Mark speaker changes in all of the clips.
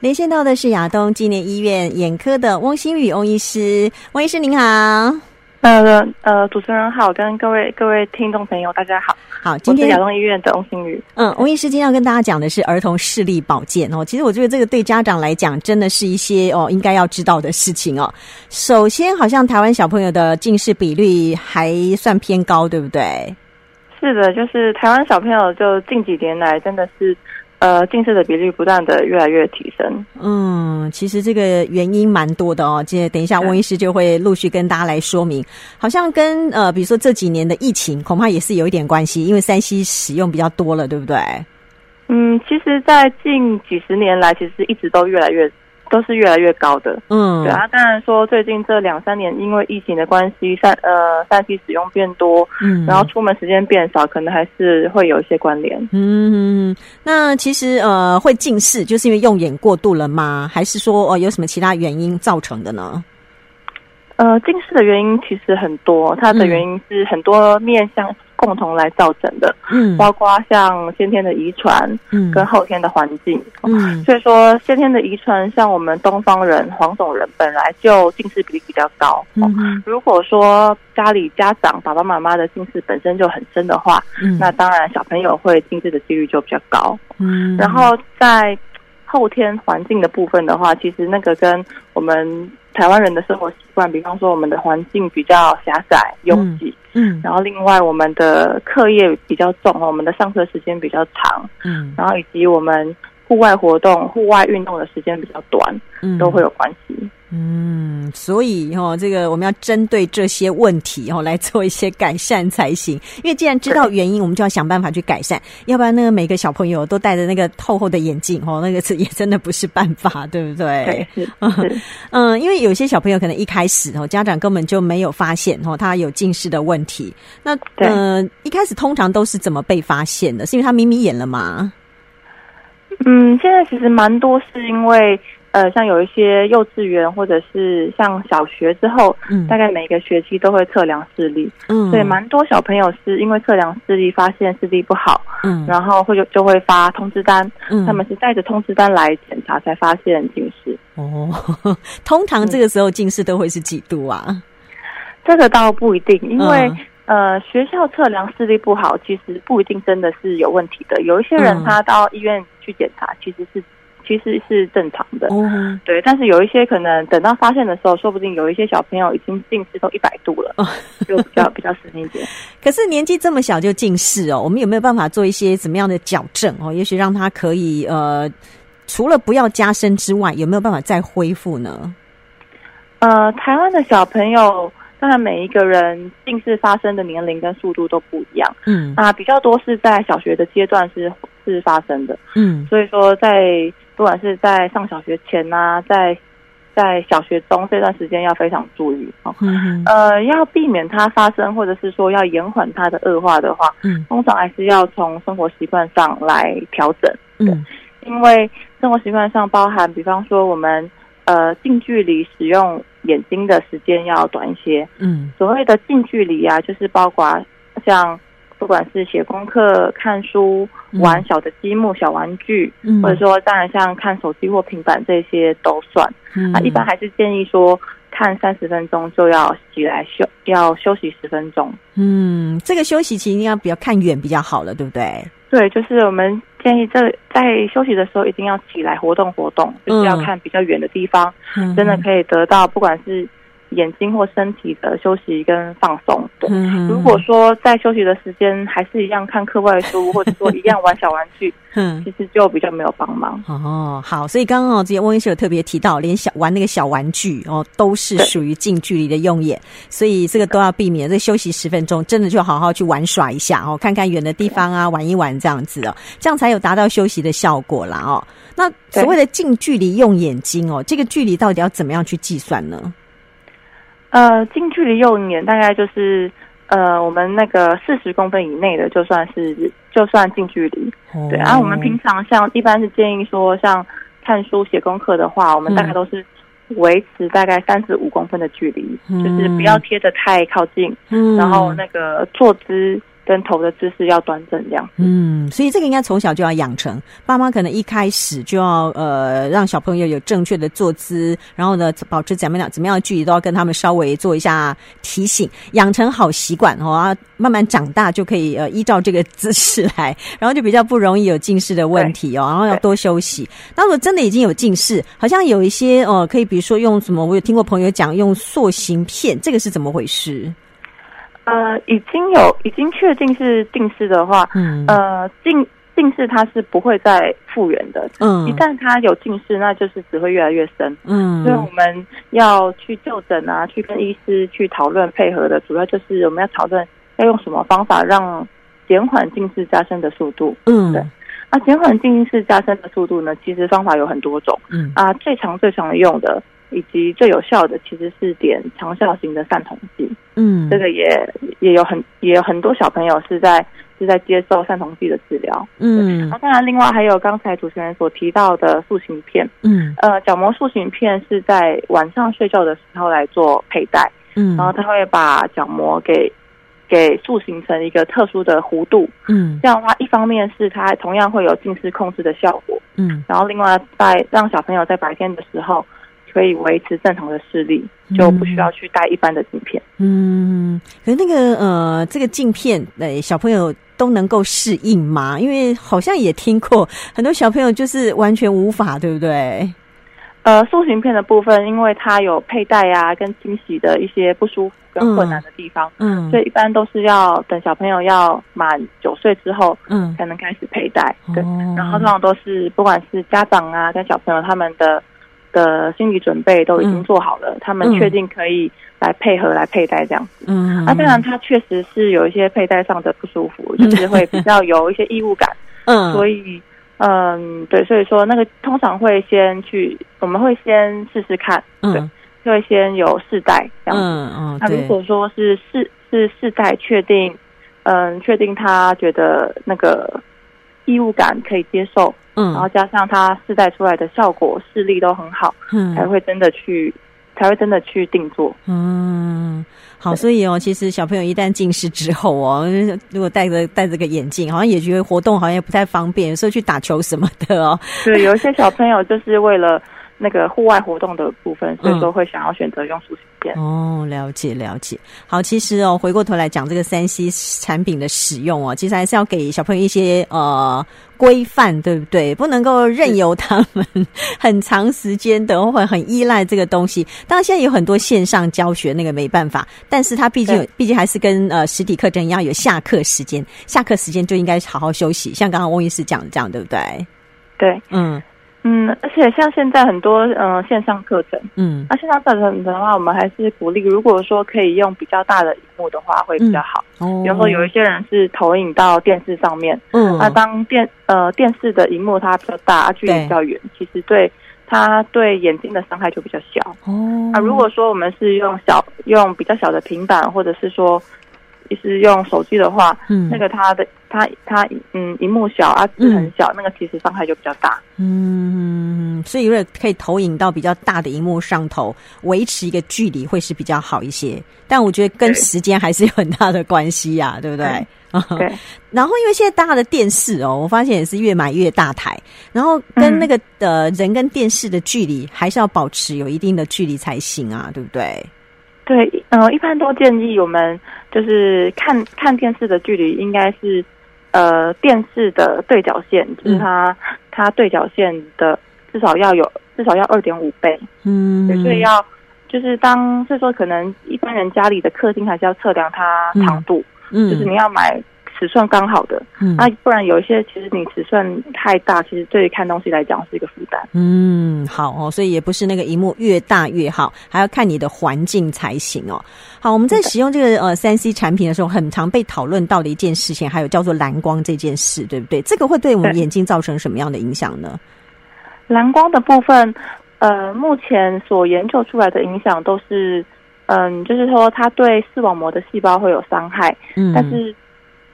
Speaker 1: 连线到的是亚东纪念医院眼科的翁新宇翁医师，翁医师您好。
Speaker 2: 呃呃，主持人好，跟各位各位听众朋友大家好。
Speaker 1: 好，今天
Speaker 2: 亚东医院的翁新宇。
Speaker 1: 嗯，翁医师今天要跟大家讲的是儿童视力保健哦。其实我觉得这个对家长来讲，真的是一些哦应该要知道的事情哦。首先，好像台湾小朋友的近视比率还算偏高，对不对？
Speaker 2: 是的，就是台湾小朋友就近几年来真的是。呃，近视的比率不断的越来越提升。
Speaker 1: 嗯，其实这个原因蛮多的哦。接等一下，翁医师就会陆续跟大家来说明。好像跟呃，比如说这几年的疫情，恐怕也是有一点关系，因为三 C 使用比较多了，对不对？
Speaker 2: 嗯，其实，在近几十年来，其实一直都越来越都是越来越高的。
Speaker 1: 嗯，
Speaker 2: 对啊。当然说，最近这两三年因为疫情的关系，三呃三 C 使用变多，
Speaker 1: 嗯，
Speaker 2: 然后出门时间变少，可能还是会有一些关联。
Speaker 1: 嗯，那其实呃，会近视就是因为用眼过度了吗？还是说呃有什么其他原因造成的呢？
Speaker 2: 呃，近视的原因其实很多，它
Speaker 1: 嗯
Speaker 2: 的原因是很多面向共同来造成的，
Speaker 1: 嗯
Speaker 2: 包括像先天的遗传
Speaker 1: 嗯
Speaker 2: 跟后天的环境。
Speaker 1: 嗯
Speaker 2: 所以说，先天的遗传，像我们东方人、黄种人本来就近视比例比较高。 哦
Speaker 1: 嗯哼
Speaker 2: 如果说家里家长爸爸妈妈的近视本身就很深的话，
Speaker 1: 嗯，
Speaker 2: 那当然小朋友会近视的几率就比较高。
Speaker 1: 嗯
Speaker 2: 然后在后天环境的部分的话，其实那个跟我们台湾人的生活习惯，比方说我们的环境比较狭窄、拥挤，
Speaker 1: 嗯
Speaker 2: 然后另外我们的课业比较重，我们的上课时间比较长，
Speaker 1: 嗯
Speaker 2: 然后以及我们户外活动、户外运动的时间比较短，
Speaker 1: 嗯
Speaker 2: 都会有关系。
Speaker 1: 嗯，所以哦，这个我们要针对这些问题哦 来做一些改善才行。因为既然知道原因，我们就要想办法去改善，要不然那个每个小朋友都戴着那个厚厚的眼镜哦， 那个是也真的不是办法，对不对？
Speaker 2: 对， 是是，
Speaker 1: 嗯，因为有些小朋友可能一开始哦，家长根本就没有发现哦，他有近视的问题。那
Speaker 2: 对
Speaker 1: 嗯、呃一开始通常都是怎么被发现的？是因为他眯眯眼了吗？
Speaker 2: 嗯，现在其实蛮多是因为。呃，像有一些幼稚园或者是像小学之后，
Speaker 1: 嗯
Speaker 2: 大概每个学期都会测量视力，
Speaker 1: 嗯
Speaker 2: 对，蛮多小朋友是因为测量视力，发现视力不好，
Speaker 1: 嗯
Speaker 2: 然后会就就会发通知单，
Speaker 1: 嗯
Speaker 2: 他们是带着通知单来检查，才发现近视。
Speaker 1: 哦， 通常这个时候近视都会是几度啊？
Speaker 2: 这个倒不一定，因为
Speaker 1: 嗯、
Speaker 2: 呃，学校测量视力不好，其实不一定真的是有问题的。有一些人
Speaker 1: 嗯
Speaker 2: 他到医院去检查，其实是其实是正常 的。
Speaker 1: 哦。
Speaker 2: 对，但是有一些可能等到发现的时候，说不定有一些小朋友已经近视都一百度了，
Speaker 1: 哦
Speaker 2: 就比较比较深一点。
Speaker 1: 可是年纪这么小就近视哦，我们有没有办法做一些怎么样的矫正哦？也许让他可以呃，除了不要加深之外，有没有办法再恢复呢？
Speaker 2: 呃，台湾的小朋友，当然每一个人近视发生的年龄跟速度都不一样，
Speaker 1: 嗯
Speaker 2: 那比较多是在小学的阶段是是发生的，
Speaker 1: 嗯
Speaker 2: 所以说在不管是在上小学前啊，在在小学中这段时间要非常注意哦。
Speaker 1: 嗯
Speaker 2: 呃，要避免它发生，或者是说要延缓它的恶化的话，
Speaker 1: 嗯
Speaker 2: 通常还是要从生活习惯上来调整。
Speaker 1: 嗯
Speaker 2: 因为生活习惯上包含，比方说我们呃近距离使用眼睛的时间要短一些。
Speaker 1: 嗯
Speaker 2: 所谓的近距离啊，就是包括像不管是写功课、看书、
Speaker 1: 嗯
Speaker 2: 玩小的积木、小玩具，
Speaker 1: 嗯，
Speaker 2: 或者说当然像看手机或平板这些都算。
Speaker 1: 嗯
Speaker 2: 啊，一般还是建议说看三十分钟就要起来休，要休息十分钟。
Speaker 1: 嗯，这个休息期应该比较看远比较好了，对不对？
Speaker 2: 对，就是我们建议这在休息的时候一定要起来活动活动，就是要
Speaker 1: 嗯
Speaker 2: 看比较远的地方，
Speaker 1: 嗯
Speaker 2: 真的可以得到不管是眼睛或身体的休息跟放松。对，
Speaker 1: 嗯
Speaker 2: 如果说在休息的时间还是一样看课外书，或者说一样玩小玩具，
Speaker 1: 嗯。
Speaker 2: 其实就比较没有帮忙。
Speaker 1: 哦，好，所以刚刚哦，这些翁医师有特别提到，连小玩那个小玩具哦，都是
Speaker 2: 对
Speaker 1: 属于近距离的用眼，所以这个都要避免。这休息十分钟，真的就好好去玩耍一下哦，看看远的地方啊，玩一玩这样子哦，这样才有达到休息的效果啦哦。那所谓的近距离用眼睛哦，这个距离到底要怎么样去计算呢？
Speaker 2: 呃，近距离用眼大概就是呃，我们那个四十公分以内的就算是就算近距离。对，
Speaker 1: 哦
Speaker 2: 然、后我们平常像一般是建议说，像看书、写功课的话，我们大概
Speaker 1: 嗯
Speaker 2: 都是维持大概三十五公分的距离，
Speaker 1: 嗯
Speaker 2: 就是不要贴得太靠近，
Speaker 1: 嗯
Speaker 2: 然后那个坐姿跟头的姿势要端正这样。
Speaker 1: 嗯，所以这个应该从小就要养成，爸妈可能一开始就要呃让小朋友有正确的坐姿，然后呢保持怎么样怎么样的距离都要跟他们稍微做一下提醒，养成好习惯哦，啊慢慢长大就可以呃依照这个姿势来，然后就比较不容易有近视的问题哦，然后要多休息。那如果真的已经有近视，好像有一些哦、呃、可以比如说用什么，我有听过朋友讲用塑形片，这个是怎么回事？
Speaker 2: 呃，已经有已经确定是近视的话，嗯，呃，近近视它是不会再复原的，嗯，一旦它有近视，那就是只会越来越深，嗯，所以我们要去就诊啊，去跟医师去讨论配合的，主要就是我们要讨论要用什么方法让减缓近视加深的速度，嗯，对。啊，减缓近视加深的速度呢，其实方法有很多种，嗯，啊，最常最常用的。以及最有效的其实是点长效型的散瞳剂，嗯，这个也也有很也有很多小朋友是在是在接受散瞳剂的治疗，嗯，那、啊、当然另外还有刚才主持人所提到的塑形片，嗯，呃，角膜塑形片是在晚上睡觉的时候来做佩戴，嗯，然后它会把角膜给给塑形成一个特殊的弧度，嗯，这样的话一方面是它同样会有近视控制的效果，嗯，然后另外在让小朋友在白天的时候。可以维持正常的视力，就不需要去戴一般的镜片。
Speaker 1: 嗯，可是那个呃，这个镜片，呃，小朋友都能够适应吗？因为好像也听过很多小朋友就是完全无法，对不对？
Speaker 2: 呃，塑形片的部分，因为它有佩戴啊跟清洗的一些不舒服跟困难的地方，嗯，嗯所以一般都是要等小朋友要满九岁之后，嗯，才能开始佩戴。对，哦、然后通常都是不管是家长啊跟小朋友他们的。的心理准备都已经做好了，嗯、他们确定可以来配合、嗯、来佩戴这样子。嗯，啊，当然它确实是有一些佩戴上的不舒 服，嗯、就是会比较有一些异物感。嗯，所以，嗯，对，所以说那个通常会先去，我们会先试试看，对，
Speaker 1: 嗯
Speaker 2: 就会先有试戴这样子。嗯
Speaker 1: 哦
Speaker 2: 嗯，那、啊、如果说是试是试戴，确定，嗯，确定他觉得那个异物感可以接受。嗯，然后加上它试戴出来的效果，视力都很好，嗯，才会真的去，才会真的去定做。
Speaker 1: 嗯，好，所以哦，其实小朋友一旦近视之后哦， 如果戴着戴着个眼镜，好像也觉得活动好像也不太方便，有时候去打球什么的哦。
Speaker 2: 对，有一些小朋友就是为了。那个户外活动的部分，所以说会想要选择用塑形片、
Speaker 1: 嗯。哦，了解了解。好，其实哦，回过头来讲这个三 C 产品的使用哦，其实还是要给小朋友一些呃规范，对不对？不能够任由他们很长时间的会很依赖这个东西。当然，现在有很多线上教学，那个没办法，但是它毕竟毕竟还是跟呃实体课程一样，有下课时间，下课时间就应该好好休息。像刚刚翁医师讲的这样，对不对？
Speaker 2: 对，嗯。嗯，而且像现在很多嗯、呃、线上课程，嗯，那、啊、线上课程的话，我们还是鼓励，如果说可以用比较大的荧幕的话，会比较好。嗯、哦，比如说有一些人是投影到电视上面，嗯，那、啊、当电呃电视的荧幕它比较大，啊距离比较远，其实对它对眼睛的伤害就比较小。哦，啊，如果说我们是用小用比较小的平板，或者是说是用手机的话，嗯，那个它的。它它嗯，荧幕小啊，字很小，嗯、那个其实伤害就比较大。
Speaker 1: 嗯，所以如果可以投影到比较大的荧幕上头，维持一个距离会是比较好一些。但我觉得跟时间还是有很大的关系呀、啊， 对不对？
Speaker 2: 嗯对，
Speaker 1: 然后因为现在大的电视哦，我发现也是越买越大台，然后跟那个、嗯、呃人跟电视的距离还是要保持有一定的距离才行啊，对不对？
Speaker 2: 对，呃，一般都建议我们就是看看电视的距离应该是。呃，电视的对角线就是它，它对角线的至少要有至少要二点五倍，嗯，所以要就是当所以说可能一般人家里的客厅还是要测量它长度，嗯，就是你要买尺寸刚好的，嗯，那、啊、不然有一些其实你尺寸太大，其实对于看东西来讲是一个负担。
Speaker 1: 嗯，好哦，所以也不是那个荧幕越大越好，还要看你的环境才行哦。好，我们在使用这个呃三 C 产品的时候，很常被讨论到的一件事情，还有叫做蓝光这件事，对不对？这个会对我们眼睛造成什么样的影响呢？
Speaker 2: 蓝光的部分，呃，目前所研究出来的影响都是，嗯、呃，就是说它对视网膜的细胞会有伤害，嗯，但是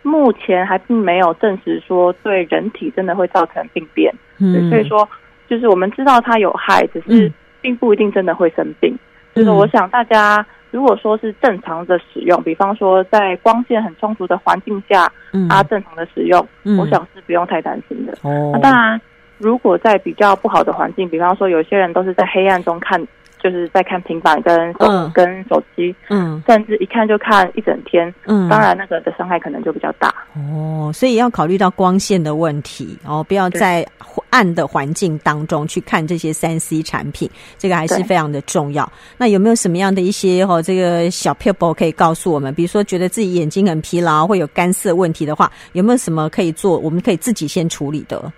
Speaker 2: 目前还并没有证实说对人体真的会造成病变，嗯，所以说就是我们知道它有害，只是并不一定真的会生病。嗯、就是我想大家。如果说是正常的使用，比方说在光线很充足的环境下，
Speaker 1: 嗯
Speaker 2: 啊，正常的使用，
Speaker 1: 嗯
Speaker 2: 我想是不用太担心的。
Speaker 1: 哦
Speaker 2: 那、当然，如果在比较不好的环境，比方说有些人都是在黑暗中看，就是在看平板跟手、
Speaker 1: 嗯
Speaker 2: 跟手机，
Speaker 1: 嗯
Speaker 2: 甚至一看就看一整天，
Speaker 1: 嗯，
Speaker 2: 当然那个的伤害可能就比较大。
Speaker 1: 哦，所以要考虑到光线的问题哦，不要
Speaker 2: 对
Speaker 1: 在暗的环境当中去看这些三 C 产品，这个还是
Speaker 2: 对
Speaker 1: 非常的重要。那有没有什么样的一些哦，这个小 p e p l e 可以告诉我们？比如说觉得自己眼睛很疲劳，会有干涩问题的话，有没有什么可以做？我们可以自己先处理的？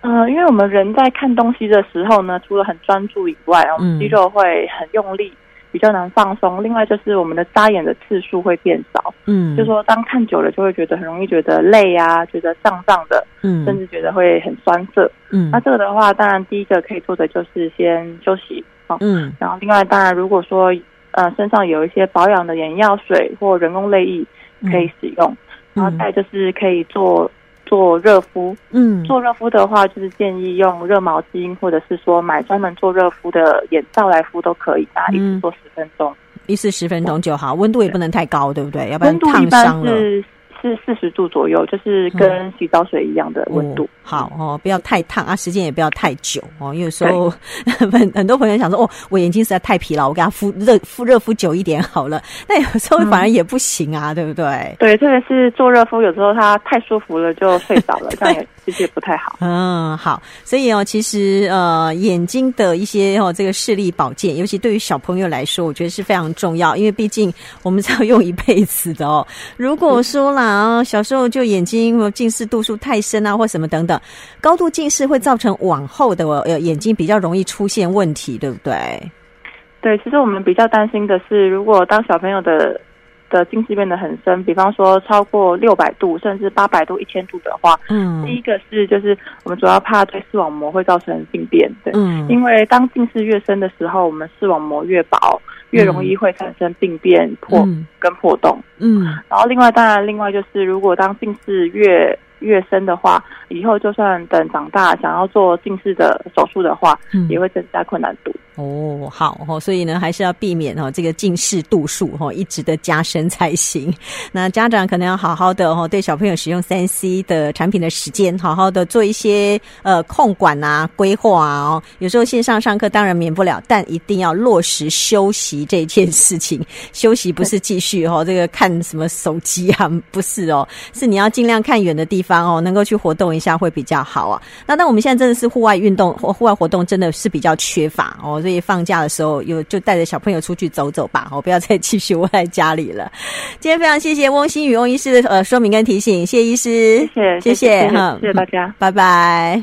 Speaker 2: 呃，因为我们人在看东西的时候呢，除了很专注以外，我
Speaker 1: 嗯
Speaker 2: 们肌肉会很用力，比较难放松。另外就是我们的眨眼的次数会变少，
Speaker 1: 嗯，
Speaker 2: 就说当看久了就会觉得很容易觉得累啊，觉得胀胀的，
Speaker 1: 嗯
Speaker 2: 甚至觉得会很酸涩。
Speaker 1: 嗯
Speaker 2: 那这个的话，当然第一个可以做的就是先休息哦，
Speaker 1: 嗯
Speaker 2: 然后另外当然如果说呃身上有一些保养的眼药水或人工泪液可以使
Speaker 1: 嗯
Speaker 2: 用，然啊后再就是可以做做热敷。
Speaker 1: 嗯
Speaker 2: 做热敷的话，就是建议用热毛巾，或者是说买专门做热敷的眼罩来敷都可以，啊，一
Speaker 1: 嗯
Speaker 2: 次做十分钟。
Speaker 1: 一次十分钟就好，温度也不能太高，对不对？要不然
Speaker 2: 温度一
Speaker 1: 烫
Speaker 2: 般
Speaker 1: 伤了。
Speaker 2: 是是四十度左右，就是跟洗澡水一样的温度
Speaker 1: 哦。好哦，不要太烫啊，时间也不要太久哦。因为有时候 很很多朋友想说，哦，我眼睛实在太疲劳，我给它敷热敷热敷久一点好了。那有时候反而也不行啊，对不对？
Speaker 2: 对，特别是做热敷，有时候它太舒服了就睡着了，这样也其实也不太好。
Speaker 1: 嗯，好，所以哦，其实呃，眼睛的一些哦，这个视力保健，尤其对于小朋友来说，我觉得是非常重要，因为毕竟我们是要用一辈子的哦。如果说啦，啊，小时候就眼睛呃近视度数太深啊，或什么等等，高度近视会造成往后的呃眼睛比较容易出现问题，对不对？
Speaker 2: 对，其实我们比较担心的是，如果当小朋友的的近视变得很深，比方说超过六百度，甚至八百度、一千度的话，
Speaker 1: 嗯
Speaker 2: 第一个是就是我们主要怕对视网膜会造成病变，对。
Speaker 1: 嗯
Speaker 2: 因为当近视越深的时候，我们视网膜越薄，越容易会产生病变、破
Speaker 1: 嗯
Speaker 2: 跟破洞。
Speaker 1: 嗯
Speaker 2: 然后另外，当然另外就是，如果当近视越越深的话，以后就算等长大想要做近视的手术的话，
Speaker 1: 嗯
Speaker 2: 也会增加困难度。
Speaker 1: 哦，好哦，所以呢，还是要避免哦这个近视度数哦一直的加深才行。 那家长可能要好好的哦，对小朋友使用三 C 的产品的时间，好好的做一些呃控管啊、规划啊。哦，有时候线上上课当然免不了，但一定要落实休息这件事情。休息不是继续哦，这个看什么手机啊，不是哦，是你要尽量看远的地方哦，能够去活动一下会比较好啊。那那我们现在真的是户外运动或户外活动真的是比较缺乏哦，所以放假的时候有就带着小朋友出去走走吧，哦，不要再继续窝在家里了。今天非常谢谢翁心宇翁医师的呃说明跟提醒，谢谢医师
Speaker 2: 谢，谢，
Speaker 1: 谢
Speaker 2: 谢
Speaker 1: 哈，
Speaker 2: 谢谢大家。
Speaker 1: 拜拜。